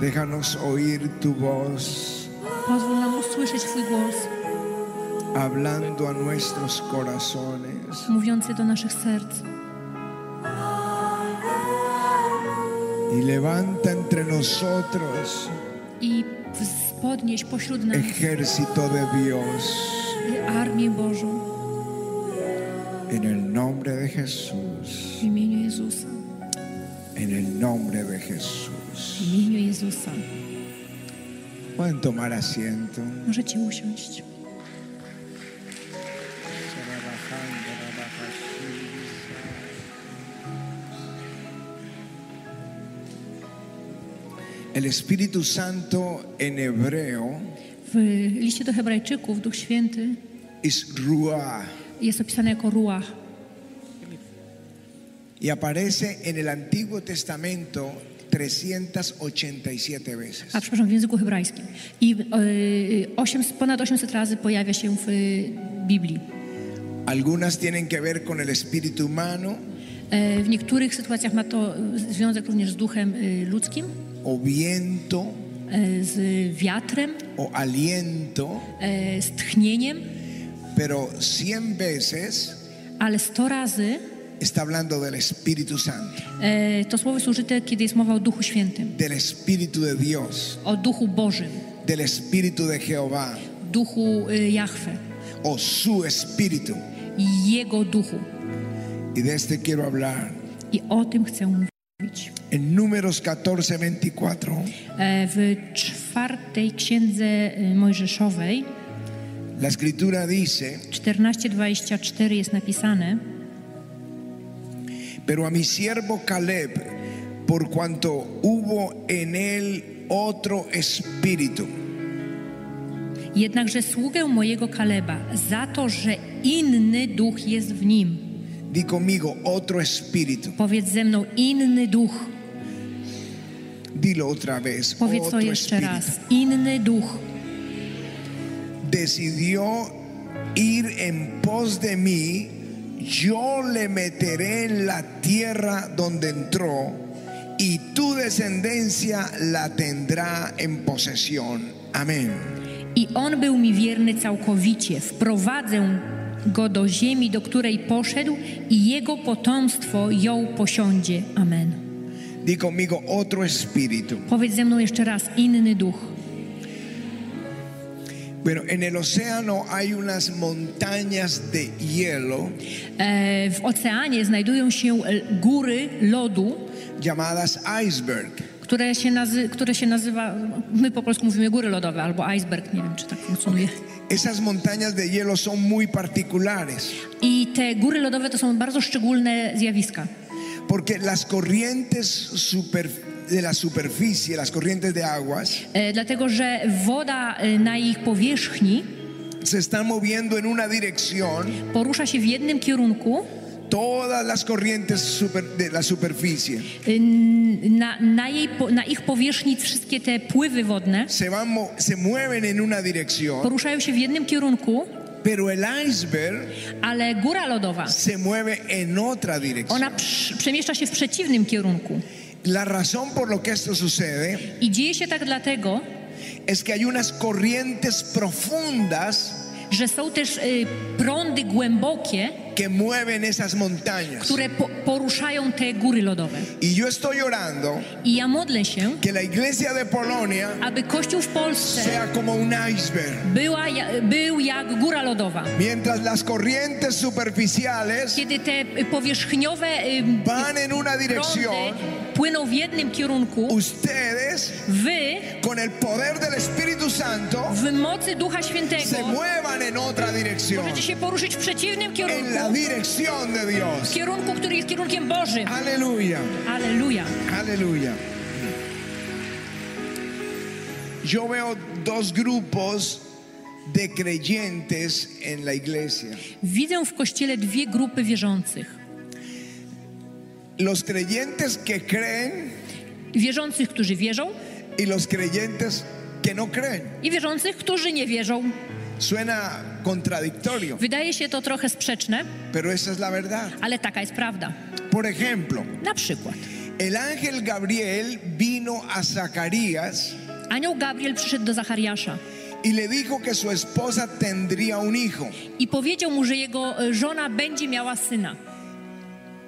Déjanos oír tu voz Pozwól nam usłyszeć Twój głos, hablando a nuestros corazones. mówiący do naszych serc. Y levanta entre nosotros I wz- podnieś pośród nas ejército de Dios. armię Bożą En el nombre de Jesús. w imieniu Jezusa. En el nombre de Jesús. W imieniu Jezusa. Pueden tomar asiento. Możecie usiąść. El Espíritu Santo en hebreo W liście do Hebrajczyków Duch Święty es Ruah jest opisany jako Ruach. y aparece en el Antiguo Testamento 387 veces. A przepraszam, w języku hebrajskim. I e, osiem, ponad 800 razy pojawia się w e, Biblii. Algunas tienen que ver con el espíritu humano E, W niektórych sytuacjach ma to e, związek również z duchem e, ludzkim, o viento e, z wiatrem, o aliento, e, z tchnieniem, pero 100 veces ale 100 razy está hablando del Espíritu Santo, e, to słowo jest użyte, kiedy jest mowa o Duchu Świętym, del Espíritu de Dios, o Duchu Bożym, del Espíritu de Jehová Duchu e, Jahwe, o su Espíritu. Jego Duchu. Y de este quiero hablar. I o tym chcę mówić. En Números 14, 24, E, W czwartej księdze e, Mojżeszowej la escritura dice, 14:24 jest napisane: Pero a mi siervo Caleb, por cuanto hubo en él otro espíritu, Jednakże sługę mojego Kaleba, za to, że inny duch jest w nim. di conmigo, otro espíritu. Powiedz ze mną, inny duch. Dilo otra vez, Powiedz otro to jeszcze espíritu. raz. Inny duch Decidió ir en pos de mí, yo le meteré en la tierra donde entró y tu descendencia la tendrá en posesión. Amén. I on był mi wierny całkowicie. Wprowadzę go do ziemi, do której poszedł, i jego potomstwo ją posiądzie. Amen. Di conmigo otro espíritu. Powiedz ze mną jeszcze raz, inny duch. Bueno, en el océano hay unas montañas de hielo E, w oceanie znajdują się l- góry lodu, llamadas iceberg. które się, nazy- które się nazywa, my po polsku mówimy góry lodowe albo iceberg, nie wiem czy tak funkcjonuje. Esas montañas de hielo son muy particulares I te góry lodowe to są bardzo szczególne zjawiska, porque las corrientes super- de la superficie, las corrientes de aguas, e, dlatego że woda e, na ich powierzchni se están moviendo en una dirección, porusza się w jednym kierunku, todas las corrientes super- de la superficie N- na, na, jej, po- na ich powierzchni wszystkie te pływy wodne se, van mo- se mueven en una dirección, poruszają się w jednym kierunku, pero el iceberg ale góra lodowa, se mueve en otra dirección. ona prz- przemieszcza się w przeciwnym kierunku. La razón por lo que esto sucede I dzieje się tak dlatego, es que hay unas corrientes profundas że są też y, prądy głębokie, que mueven esas montañas. które po, poruszają te góry lodowe. Y yo estoy orando I ja modlę się, que la iglesia de Polonia aby Kościół w Polsce sea como un iceberg. była, ja- był jak góra lodowa. Mientras las corrientes superficiales Kiedy te y, powierzchniowe y, van en una prądy dirección, płyną w jednym kierunku, ustedes wy con el poder del Espíritu Santo w mocy Ducha se Świętego muevan en otra dirección, możecie się poruszyć w przeciwnym en la kierunku, dirección de w Dios. kierunku, który jest kierunkiem Bożym. Aleluya. Aleluja. Aleluya. Yo veo dos grupos de creyentes en la iglesia. Widzę w Kościele dwie grupy wierzących. Los creyentes que creen Wierzących, którzy wierzą y los creyentes que no creen. i wierzących, którzy nie wierzą. Suena contradictorio, Wydaje się to trochę sprzeczne, pero esa es la verdad. ale taka jest prawda. Por ejemplo, Na przykład El ángel Gabriel vino a Zacarías Anioł Gabriel przyszedł do Zachariasza y le dijo que su esposa tendría un hijo. i powiedział mu, że jego e, żona będzie miała syna.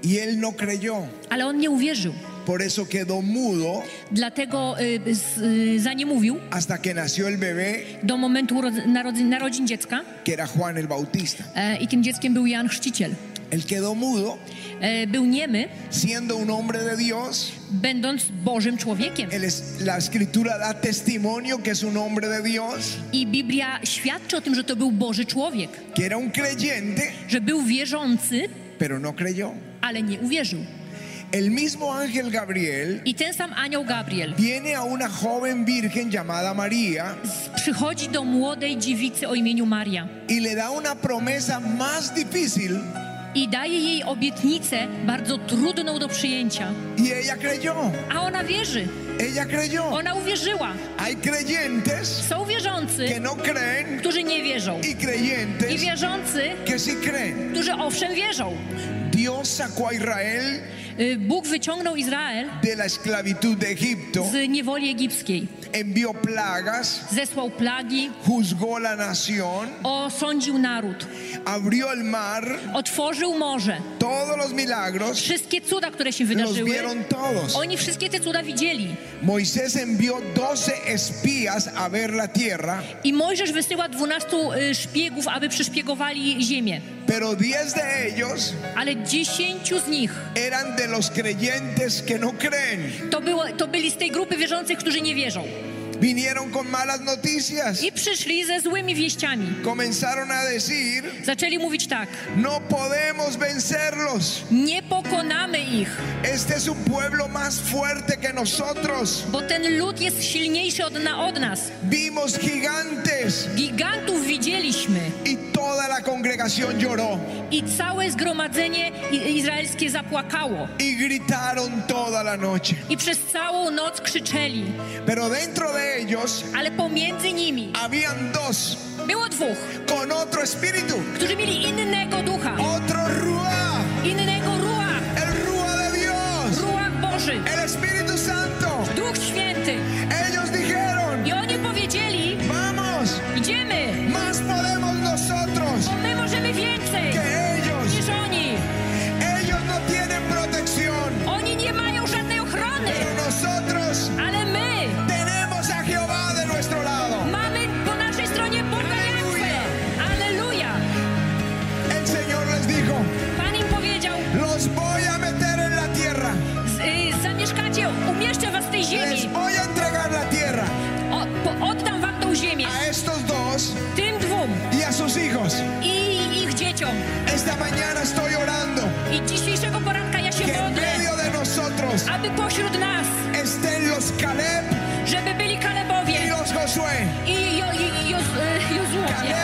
Y él no creyó, Ale on nie uwierzył. por eso quedó mudo Dlatego y, z, y, zaniemówił hasta que nació el bebé, do momentu urodz- narodzin, narodzin dziecka que era Juan el Bautista. e, i tym dzieckiem był Jan Chrzciciel. Él quedó mudo, E, był niemy, siendo un hombre de Dios. będąc Bożym człowiekiem. Él es- la escritura da testimonio que es un hombre de Dios, I Biblia świadczy o tym, że to był Boży człowiek, que era un creyente, że był wierzący, pero no creyó. ale nie uwierzył. El mismo ángel Gabriel I ten sam anioł Gabriel viene a una joven virgen llamada María z- przychodzi do młodej dziewicy o imieniu Maria y le da una promesa más difícil i daje jej obietnicę bardzo trudną do przyjęcia. y ella creyó, A ona wierzy, ella creyó. ona uwierzyła. Hay creyentes Są wierzący, que no creen którzy nie wierzą. y I creyentes wierzący, que sí creen. którzy owszem wierzą. Dios sacó a Israel Y, Bóg wyciągnął Izrael de la esclavitud de Egipto, z niewoli egipskiej. envió plagas, Zesłał plagi, juzgó la nación, osądził naród, abrió el mar, otworzył morze. todos los milagros Wszystkie cuda, które się los wydarzyły, vieron todos. oni wszystkie te cuda widzieli. Moisés envió 12 espías a ver la tierra, I Mojżesz wysyła 12 y, szpiegów, aby przyszpiegowali ziemię. pero 10 de ellos Ale 10 z nich eran de los creyentes que no creen. to, było, to byli z tej grupy wierzących, którzy nie wierzą. Vinieron con malas noticias. I przyszli ze złymi wieściami. Comenzaron a decir, Zaczęli mówić tak: no podemos vencerlos. Nie pokonamy ich, Este es un pueblo más fuerte que nosotros. bo ten lud jest silniejszy od, na, od nas. Vimos gigantes. Gigantów widzieliśmy Y toda la congregación lloró. i całe zgromadzenie i- izraelskie zapłakało. Y gritaron toda la noche. I przez całą noc krzyczeli, Pero dentro de ellos ale pomiędzy nimi habían dos było dwóch, con otro espíritu, którzy mieli innego ducha, otro Rúa, innego ruach, el Rúa de Dios, ruach Boży, el Espíritu Santo. Duch Święty. Ellos dijeron: I oni powiedzieli, Vamos, idziemy, más podemos nosotros bo my możemy więcej que ellos. niż oni. Ellos no tienen protección, Oni nie mają żadnej ochrony, pero nosotros ale my tenemos a Jehová de nuestro lado. mamy po naszej stronie Boga Jahwe. Aleluja! El Señor les dijo: Pan im powiedział, Los voy a meter en la tierra, z, y, zamieszkacie, umieszczę was w tej les ziemi, voy a entregar la tierra o, po, oddam wam tą ziemię, a estos dos tym dwóm y a sus hijos. i ich dzieciom. Esta mañana estoy orando. I dzisiejszego poranka ja się que en modlę, medio de nosotros aby pośród nas, estén los Caleb żeby byli y Kalebowie los Josué. i, jo, i, i Joz, y, Jozułowie.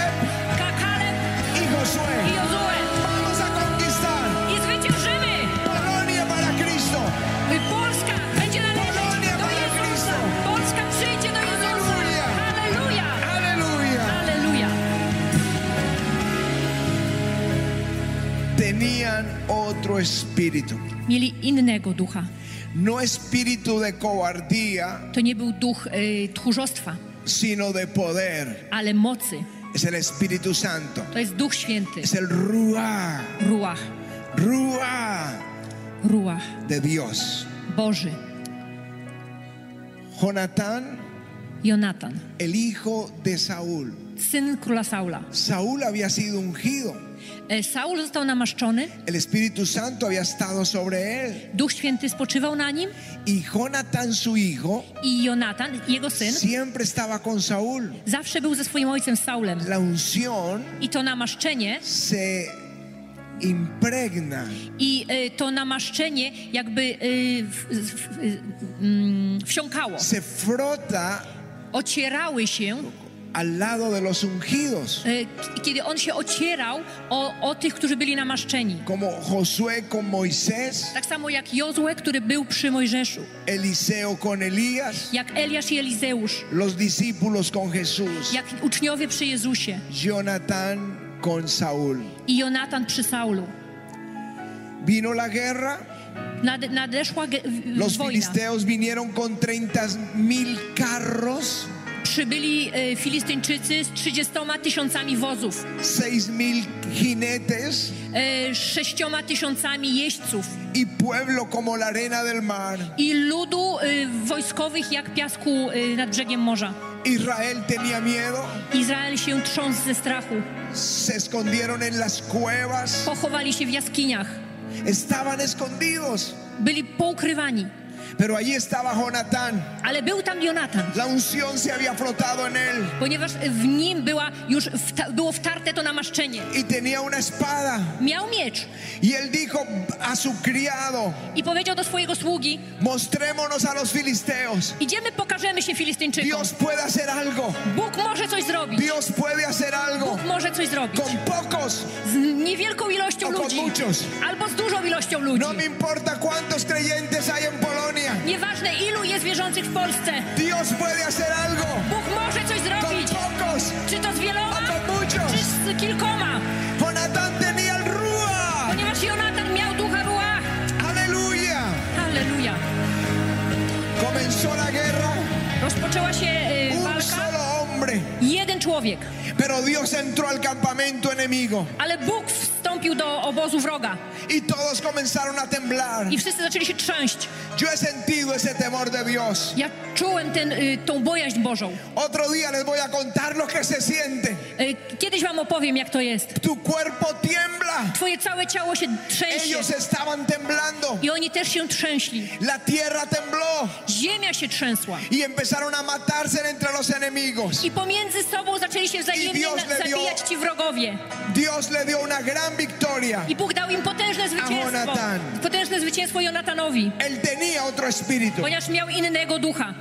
Ka Kaleb Y i Josué, Jozue. vamos a conquistar I zwyciężymy! Polonia para Cristo. Y Polska będzie należeć Polonia do para Jezusa. Cristo. Polska przyjdzie do Jezusa. Aleluja. Aleluja! Aleluya. Aleluja! Tenían otro espíritu. Mieli innego ducha. No espíritu de cobardía, To nie był duch y, tchórzostwa, sino de poder. ale mocy. Es el Espíritu Santo. To jest Duch Święty. Es el Ruá. Ruach, Ruá ruach, de Dios. Boży. Jonatán, Jonatan, el hijo de Saúl. syn króla Saula. Saúl había sido ungido. E, Saul został namaszczony, El Espíritu Santo había estado sobre él. Duch Święty spoczywał na nim Y Jonatán, su hijo, i Jonatan, jego syn, siempre estaba con Saúl. zawsze był ze swoim ojcem Saulem. La unción I to namaszczenie, se impregna i y, to namaszczenie jakby y, w, w, y, mm, wsiąkało. se frota Ocierały się, al lado de los ungidos. y, k- kiedy on się ocierał o, o tych, którzy byli namaszczeni. Como Josué con Moisés, Tak samo jak Jozue, który był przy Mojżeszu, Eliseo con Elías, jak Eliasz i Elizeusz, los discípulos con Jesús, jak uczniowie przy Jezusie Jonatán con Saúl. i Jonatan przy Saulu. Vino la guerra, Nad, nadeszła ge- w- Los wojna. filisteos vinieron con 30 mil carros, Przybyli e, Filistyńczycy z 30 tysiącami wozów, 6 mil jinetes e, z 6 tysiącami jeźdźców y pueblo como la arena del mar. i ludu e, wojskowych jak piasku e, nad brzegiem morza. Israel tenía miedo, Izrael się trząsł ze strachu. se escondieron en las cuevas, Pochowali się w jaskiniach. estaban escondidos. Byli poukrywani. Pero allí estaba Jonatán, Ale był tam Jonatan, la unción se había flotado en él ponieważ w nim była już wta- było wtarte to namaszczenie. y tenía una espada. Miał miecz Y él dijo a su criado, i powiedział do swojego sługi: mostrémonos a los filisteos. Idziemy, pokażemy się Filistyńczykom. Dios puede hacer algo, Bóg może coś zrobić. Dios puede hacer algo Bóg może coś zrobić. con pocos. Z niewielką ilością O con ludzi. muchos. Albo z dużą ilością ludzi. No me importa cuántos creyentes hay en Polonia, Nieważne, ilu jest wierzących w Polsce. Dios puede hacer algo Bóg może coś con zrobić. pocos. Czy to z wieloma, O con czy muchos. z kilkoma. Jonatán tenía el Rúa, Ponieważ Jonatan miał ducha Ruach. aleluya. Halleluja. Comenzó la guerra, Rozpoczęła się y, un walka. solo hombre. Jeden człowiek. Pero Dios entró al campamento enemigo Ale Bóg wstąpił do obozu wroga. y todos comenzaron a temblar. I wszyscy zaczęli się trząść. Yo he sentido ese temor de Dios. Ja czułem ten, y, tą bojaźń Bożą. Otro día les voy a contar lo que se siente. Y, kiedyś wam opowiem, jak to jest. Tu cuerpo tiembla. Twoje całe ciało się trzęsie. Ellos estaban temblando. I oni też się trzęśli. La tierra tembló Ziemia się trzęsła. y empezaron a matarse entre los enemigos. I pomiędzy sobą zaczęli się I wzajemnie Dios na- le dio- zabijać ci wrogowie. Dios le dio una gran victoria. I Bóg dał im potężne zwycięstwo. Jonatan. Potężne zwycięstwo Jonatanowi, Él tenía otro espíritu. ponieważ miał innego ducha.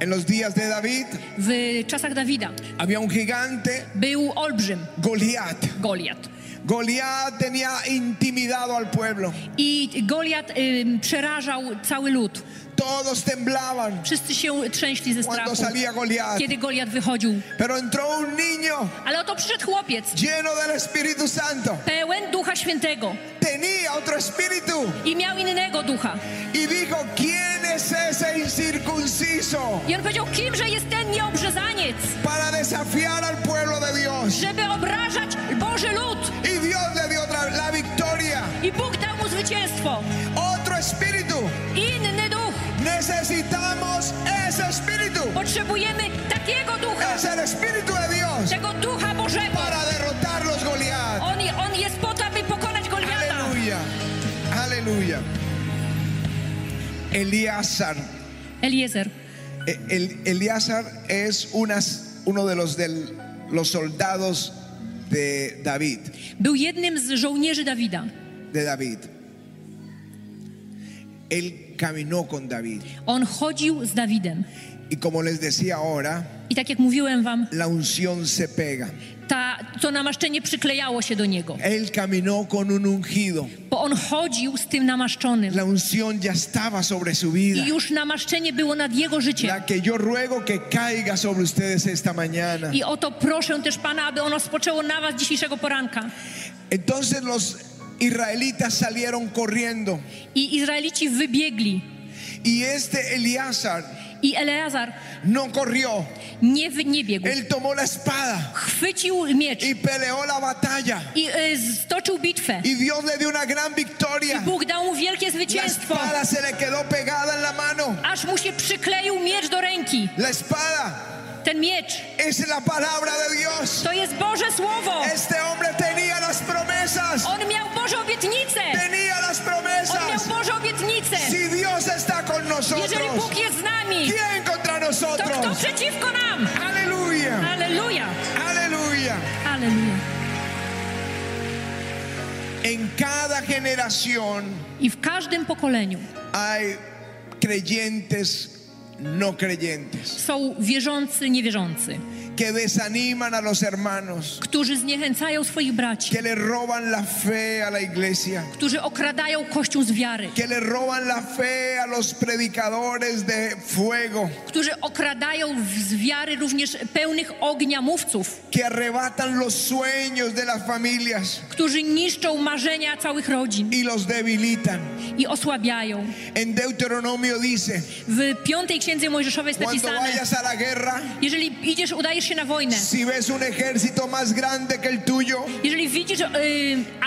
En los días de David W czasach Dawida había un gigante, był olbrzym Goliat. Goliat. Goliat tenía intimidado al pueblo. I Goliat ym, przerażał cały lud. Todos temblaban Wszyscy się trzęśli ze strachu, cuando salía Goliat. kiedy Goliat wychodził. Pero entró un niño Ale oto przyszedł chłopiec, lleno del Espíritu Santo. pełen Ducha Świętego Tenía otro espíritu i miał innego ducha. y dijo, ¿quién es ese incircunciso I on powiedział, kimże jest ten nieobrzezaniec, para desafiar al pueblo de Dios? żeby obrażać Boży lud? Y Dios le dio otra- la victoria. I Bóg dał mu zwycięstwo. Otro espíritu. Inny duch. Necesitamos ese espíritu. Potrzebujemy takiego ducha, Es el espíritu de Dios tego ducha Bożego. para derrotar los Goliat. On, on jest po to, aby pokonać Goliata. Aleluya, aleluya. Elíasar, Eliezer. E- El- Elíasar es unas- uno de los, del- los soldados de David, Był jednym z żołnierzy Dawida. de David. Él caminó con David On chodził z Dawidem. y como les decía ahora, I tak jak mówiłem wam, la unción se pega. ta, to namaszczenie przyklejało się do niego. Él caminó con un ungido. Bo on chodził z tym namaszczonym. La unción ya estaba sobre su vida. I już namaszczenie było nad jego życiem. La que yo ruego que caiga sobre ustedes esta mañana. I oto proszę też Pana, aby ono spoczęło na was dzisiejszego poranka. Entonces los israelitas salieron corriendo I Izraelici wybiegli. y este Eleazar I Eleazar no corrió, nie, wy- nie biegł. él tomó la espada Chwycił miecz y peleó la batalla i y, stoczył bitwę. y Dios le dio una gran victoria. Bóg dał mu wielkie La zwycięstwo. espada se le quedó pegada en la mano. Aż mu się przykleił miecz do ręki. La espada Ten miecz es la palabra de Dios. to jest Boże Słowo. Este hombre tenía las promesas, On miał Boże obietnice. tenía las On miał promesas. Boże obietnice. Si Dios está con Jeżeli nosotros, Bóg jest z nami, ¿quién contra to kto nosotros? przeciwko nam? Aleluya, Aleluja. aleluya. Aleluja. En cada generación I w każdym pokoleniu hay creyentes, no creyentes, są wierzący, niewierzący, que desaniman a los hermanos, którzy zniechęcają swoich braci, que le roban la fe a la iglesia, którzy okradają Kościół z wiary, que le roban la fe a los predicadores de fuego, którzy okradają w- z wiary również pełnych ognia mówców, que arrebatan los sueños de las familias którzy niszczą marzenia całych rodzin y los debilitan. i osłabiają. En Deuteronomio dice, W piątej księdze Mojżeszowej jest cuando napisane, vayas a la guerra, jeżeli idziesz, udajesz się na wojnę, si ves un ejército más grande que el tuyo jeżeli widzisz y,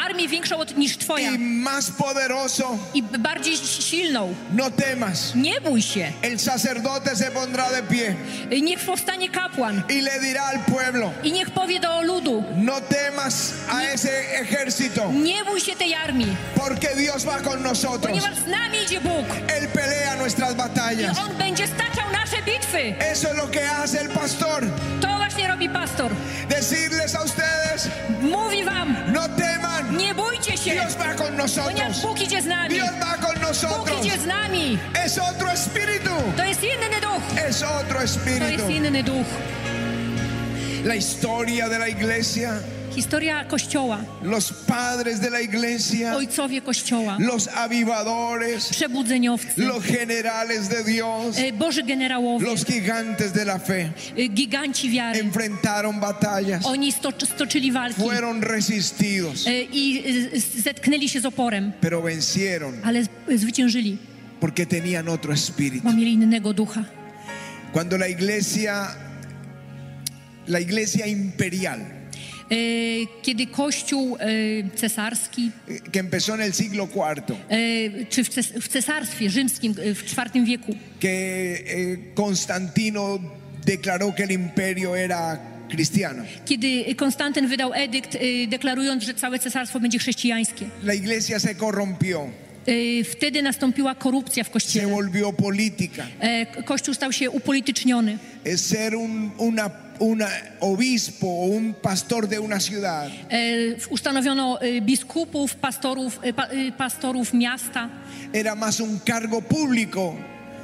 armię większą od, niż twoja y más poderoso, i bardziej silną, no temas. nie bój się. El sacerdote se pondrá de pie Y Niech powstanie kapłan y le dirá al pueblo, i niech powie do ludu, no temas a ese ejército, nie bój się tej armii, porque Dios va con nosotros. ponieważ z nami idzie Bóg Él pelea nuestras i batallas. On będzie staczał nasze bitwy. Eso es lo que hace el pastor. To właśnie robi pastor. Decirles a ustedes, Mówi wam, no teman, nie bójcie się, Dios va con ponieważ nosotros. Bóg idzie z nami. Dios va con Bóg nosotros. idzie z nami. Es otro espíritu. To jest inny duch. Es otro To jest espíritu. inny duch. La historia de la iglesia, Historia Kościoła, los padres de la iglesia, ojcowie Kościoła, los avivadores, przebudzeniowcy, los generales de Dios, y, boży generałowie, los gigantes de la fe, y, giganci wiary. enfrentaron batallas, Oni stoczy, stoczyli walki fueron resistidos, y, i y, zetknęli się z oporem, pero vencieron ale y, zwyciężyli, porque tenían otro espíritu. bo mieli innego ducha. Cuando la iglesia, la iglesia imperial, Y, Kiedy Kościół y, cesarski eh, que empezó en el siglo IV, E, czy w, ces w cesarstwie rzymskim e, w IV wieku, que eh, Constantino declaró que el imperio era cristiano. kiedy Konstantyn wydał edykt e, deklarując, że całe cesarstwo będzie chrześcijańskie. La iglesia se corrompió, E, Wtedy nastąpiła korupcja w se kościele. volvió política. E, Kościół stał się upolityczniony. Es ser un una- una obispo o un pastor de una ciudad E, w- Ustanowiono e, biskupów, pastorów, e, pa- e, pastorów miasta era más un cargo público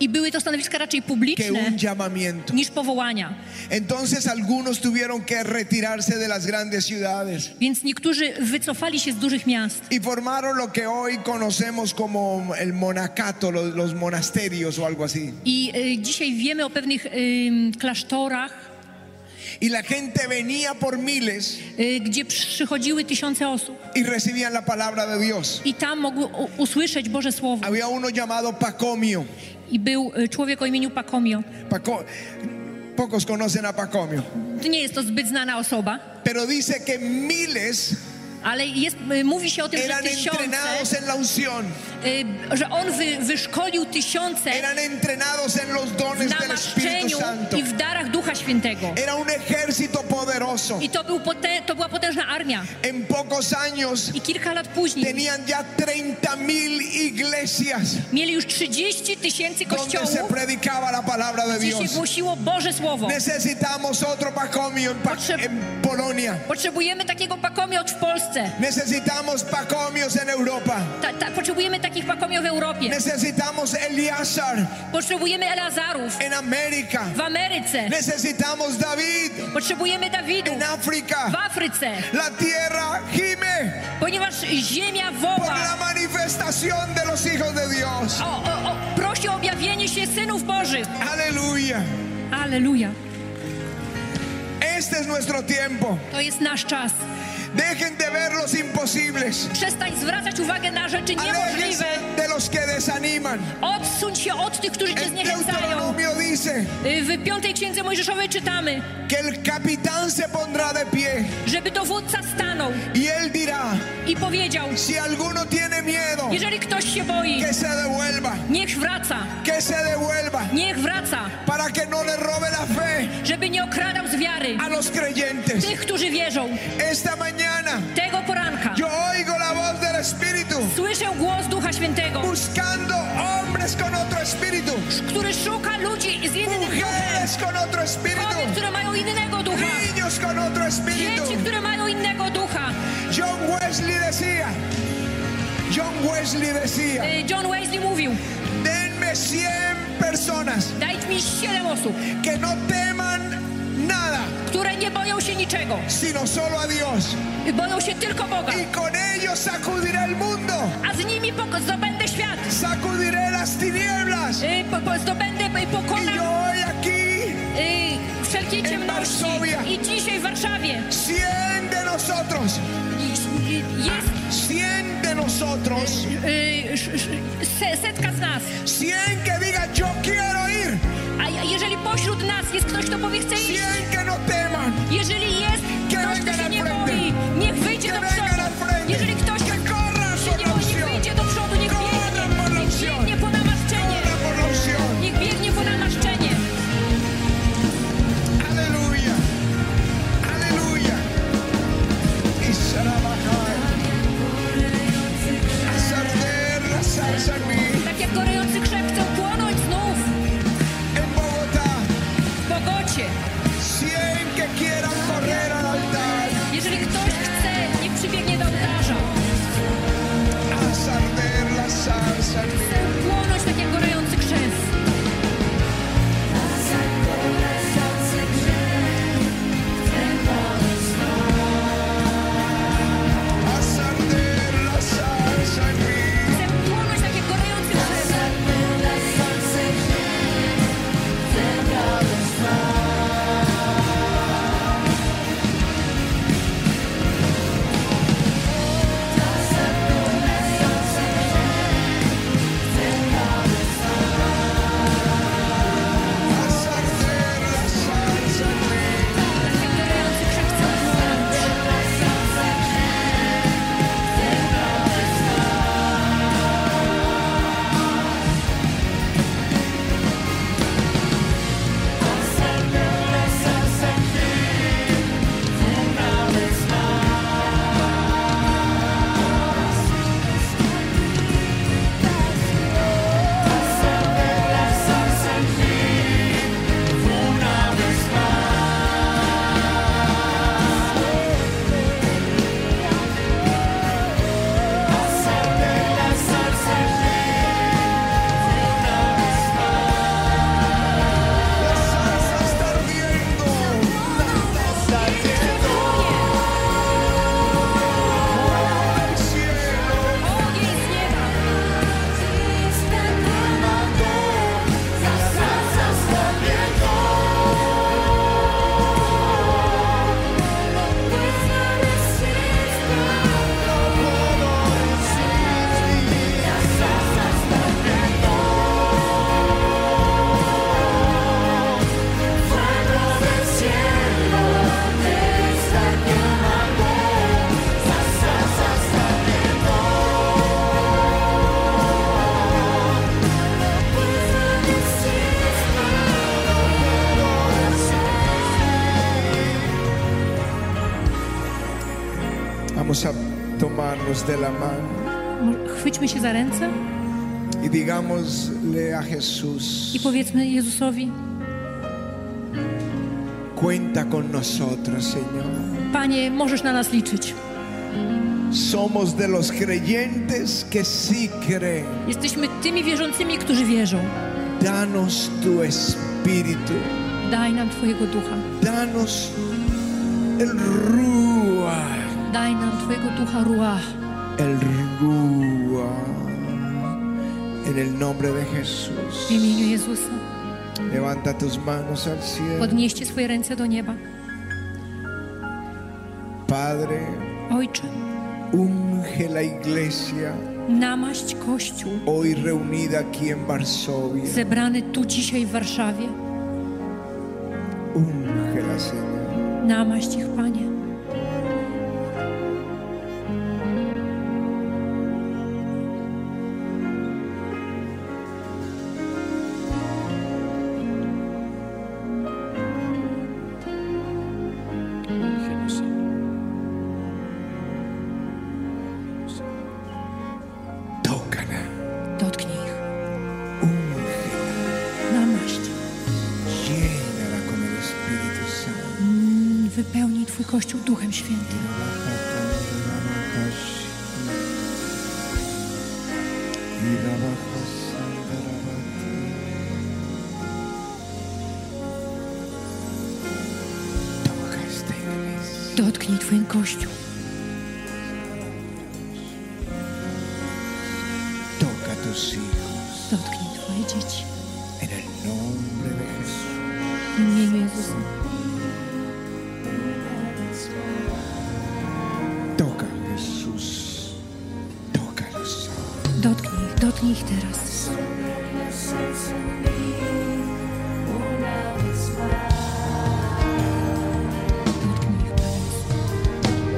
i były to stanowiska raczej que un publiczne llamamiento. niż powołania. Entonces algunos tuvieron que retirarse de las grandes ciudades Więc niektórzy wycofali się z dużych miast y formaron lo que hoy conocemos como el monacato, lo- los, monasterios o algo así. i e, dzisiaj wiemy o pewnych e, klasztorach, Y la gente venía por miles e, gdzie przychodziły tysiące osób. y recibían la palabra de Dios. I tam mógł u- usłyszeć Boże Słowo. Había uno llamado Pacomio. I był y, człowiek o imieniu Pakomio. Paco- pocos conocen a Pacomio. Nie jest to zbyt znana osoba, Pero dice que miles ale jest, y, mówi się o tym, że eran entrenados tysiące, en la unción, y, że on wy, wyszkolił tysiące eran entrenados en los w dones del Espíritu namaszczeniu Santo. i w darach Ducha Świętego. Era un ejército poderoso. I to, był potę, to była potężna armia. En pocos años I kilka lat później tenían ya 30 mil iglesias mieli już 30 tysięcy donde kościołów, se predicaba la palabra de gdzie się Dios. głosiło Boże Słowo. Necesitamos otro Pacomio en, Pa- Potrzeb- en Polonia. Potrzebujemy takiego Pakomiot w Polsce. Necesitamos Pacomios en Europa. Ta, ta, potrzebujemy takich Pakomio w Europie. Necesitamos Eliazar Potrzebujemy Elazarów. en América. w Ameryce. Necesitamos David Potrzebujemy Dawidu en w África. Afryce, La tierra gime ponieważ ziemia por la woła. manifestación de los hijos de Dios. O, o, o, prosi o objawienie się synów Bożych. Aleluya. Aleluja. Este es nuestro tiempo. To jest nasz czas. Dejen de ver los imposibles. Przestań zwracać uwagę na rzeczy Aléjense niemożliwe. de los que desaniman. Odsuń się od tych, którzy cię El zniechęcają. Deuteronomio dice Y, W piątej księdze Mojżeszowej czytamy, que el capitán se pondrá de pie żeby dowódca stanął y él dirá, i powiedział: si alguno tiene miedo, Jeżeli ktoś się boi, que se devuelva, niech wraca, que se devuelva, niech wraca, para que no le robe la fe żeby nie okradał z wiary a los creyentes. tych, którzy wierzą. Esta mañana Tego poranka. yo oigo la voz del Espíritu. Słyszę głos Ducha Świętego, buscando hombres con otro espíritu, który szuka ludzi z innym duchem. mujeres con otro espíritu, Kobiet, które mają innego ducha. niños con otro espíritu. Dzieci, które mają innego ducha. John Wesley decía, John Wesley decía, Y, John Wesley mówił, denme 100 personas dajcie mi siedem osób, que no teman nada, które nie boją się niczego, sino solo a Dios. boją się tylko Boga. Y con ellos sacudiré el mundo, A z nimi poko- zdobędę świat, sacudiré las tinieblas. y, po, po, zdobędę i Y pokonam yo hoy aquí, y, wszelkie ciemności. Varsovia. I dzisiaj w Warszawie 100 de nosotros, i- i- jest 100 de nosotros, y, sz- sz- se- setka z nas. 100 que digan yo quiero ir, A je- jeżeli pośród nas jest ktoś, kto powie chce iść, 100 que no teman, jeżeli jest ktoś, kto się nie boi, niech wyjdzie do przodu. Jeżeli ktoś się nie boi, niech wyjdzie do przodu, niech biegnie, niech biegnie po namaszczenie. una por la unción. Niech biegnie po namaszczenie. Aleluya, aleluya. Y será Hacer la salsa en mí, Tak jak gorejący krzew chce płonąć znów en Bogotá. w Bogocie. 100 que quieran correr al altar. Jeżeli ktoś chce, niech przybiegnie do ołtarza. Haz arder la salsa en mí. Chcę płonąć tak jak gorejący krzew. Haz arder la salsa en mí. Chcę płonąć tak jak gorejący krzew. Haz arder la salsa en mí. Tak jak gorejący krzew chce płonąć. La salsa está ardiendo. El cielo. Ogień z nieba. Vamos a tomarnos de la mano Mo- Chwyćmy się za ręce y digámosle a Jesús, i powiedzmy Jezusowi: cuenta con nosotros, Señor. Panie, możesz na nas liczyć. Somos de los creyentes que sí creen. Jesteśmy tymi wierzącymi, którzy wierzą. Danos tu espíritu, Daj nam Twojego ducha. danos el rúa, Daj nam Twojego ducha, Ruach. el rúa, en el nombre de W Jesús. imieniu Jezusa. Levanta tus manos al cielo, Podnieście swoje ręce do nieba. Padre, Ojcze, unge la iglesia. namaść Kościół, hoy reunida aquí en Varsovia. zebrany tu dzisiaj w Warszawie. Úngela, Señor. Namaść ich, Panie. Tócala, Dotknij ich. úngela, Namaść. llénala con el Espíritu Santo. Wypełnij Twój Kościół Duchem Świętym. Dotknij Twoim Kościół. Toca a tus hijos Dotknij Twoje dzieci. en el nombre de Jesús. W imieniu Jezusa. Toca Jesús. Toca Jesús. Dotknij ich, dotknij ich teraz.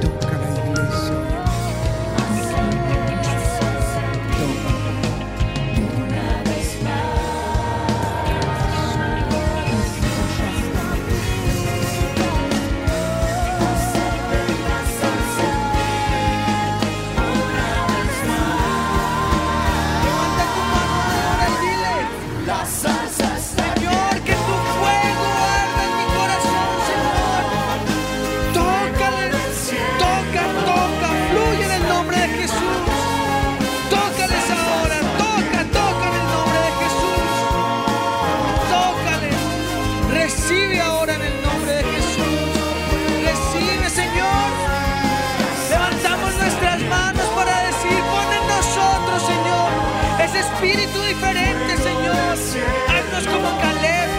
Dotknij ich, Panie. Toca la iglesia. Levanta tu mano ahora y dile La salsa Señor, que tu fuego arda en mi corazón, Señor Tócale, toca, toca, fluye en el nombre de Jesús Tócales ahora, toca, toca en el nombre de Jesús Tócale, recibe ahora en el nombre de Jesús Recibe, Señor Levantamos nuestras manos para decir, pon en nosotros, Señor, ese espíritu diferente, Señor. Haznos como Caleb,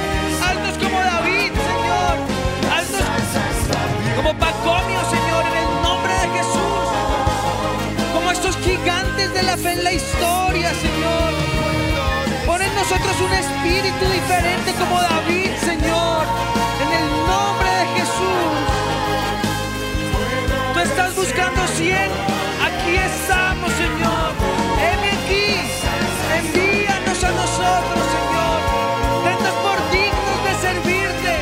haznos como David, Señor. Haznos como Pacomio, Señor, en el nombre de Jesús. Como estos gigantes de la fe en la historia, Señor. Pon en nosotros un espíritu diferente como David, Señor. En el nombre de Jesús. Tú estás buscando 100. Aquí estamos, Señor. Heme aquí. Envíanos a nosotros, Señor. Tennos por dignos de servirte.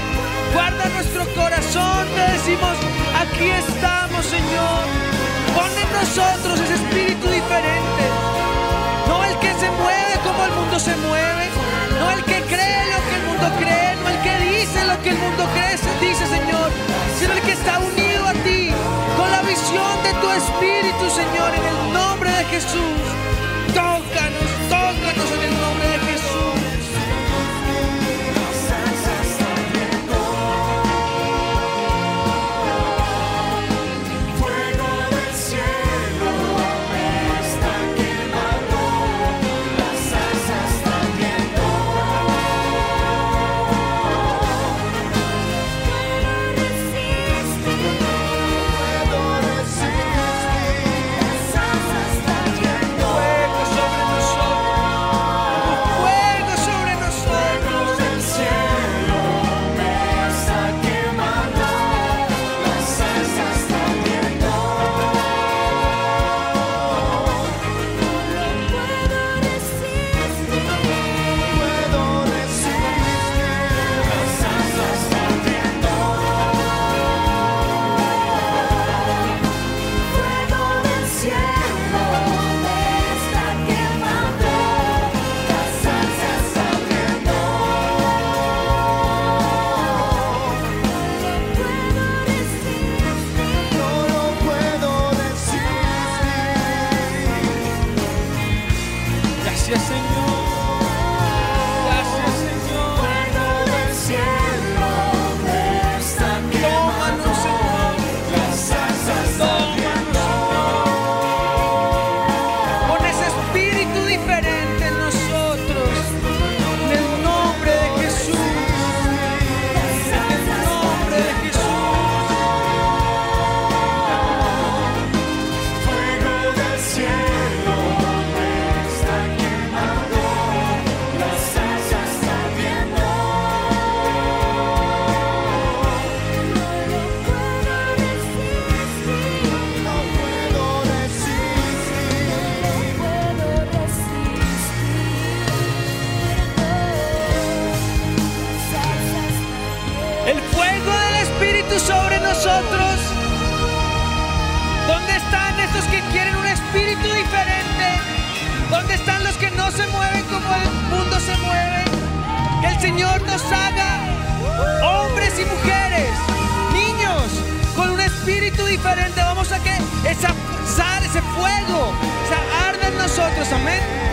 Guarda nuestro corazón. Te decimos, aquí estamos, Señor. Pon en nosotros ese espíritu diferente. No el que se mueve como el mundo se mueve. No el que cree lo que el mundo cree. No el que dice lo que el mundo cree, dice Señor. Sino el que está unido a ti. Con la visión de tu espíritu, Señor. En el nombre de Jesús. Tócanos, tócanos en el nombre de Jesús. Fuego sobre nosotros. Fuego sobre nosotros. Gracias, Señor. Gracias, Señor. Tómanos, Señor. Tómanos, Señor. Pon ese espíritu diferente en nosotros. En el nombre de Jesús. En el nombre de Jesús. El fuego del Espíritu sobre nosotros. ¿Dónde están esos que quieren un espíritu diferente? ¿Dónde están los que no se mueven como el mundo se mueve? Que el Señor nos haga hombres y mujeres, niños, con un espíritu diferente. Vamos a que esa sal, ese fuego, se arda en nosotros. Amén.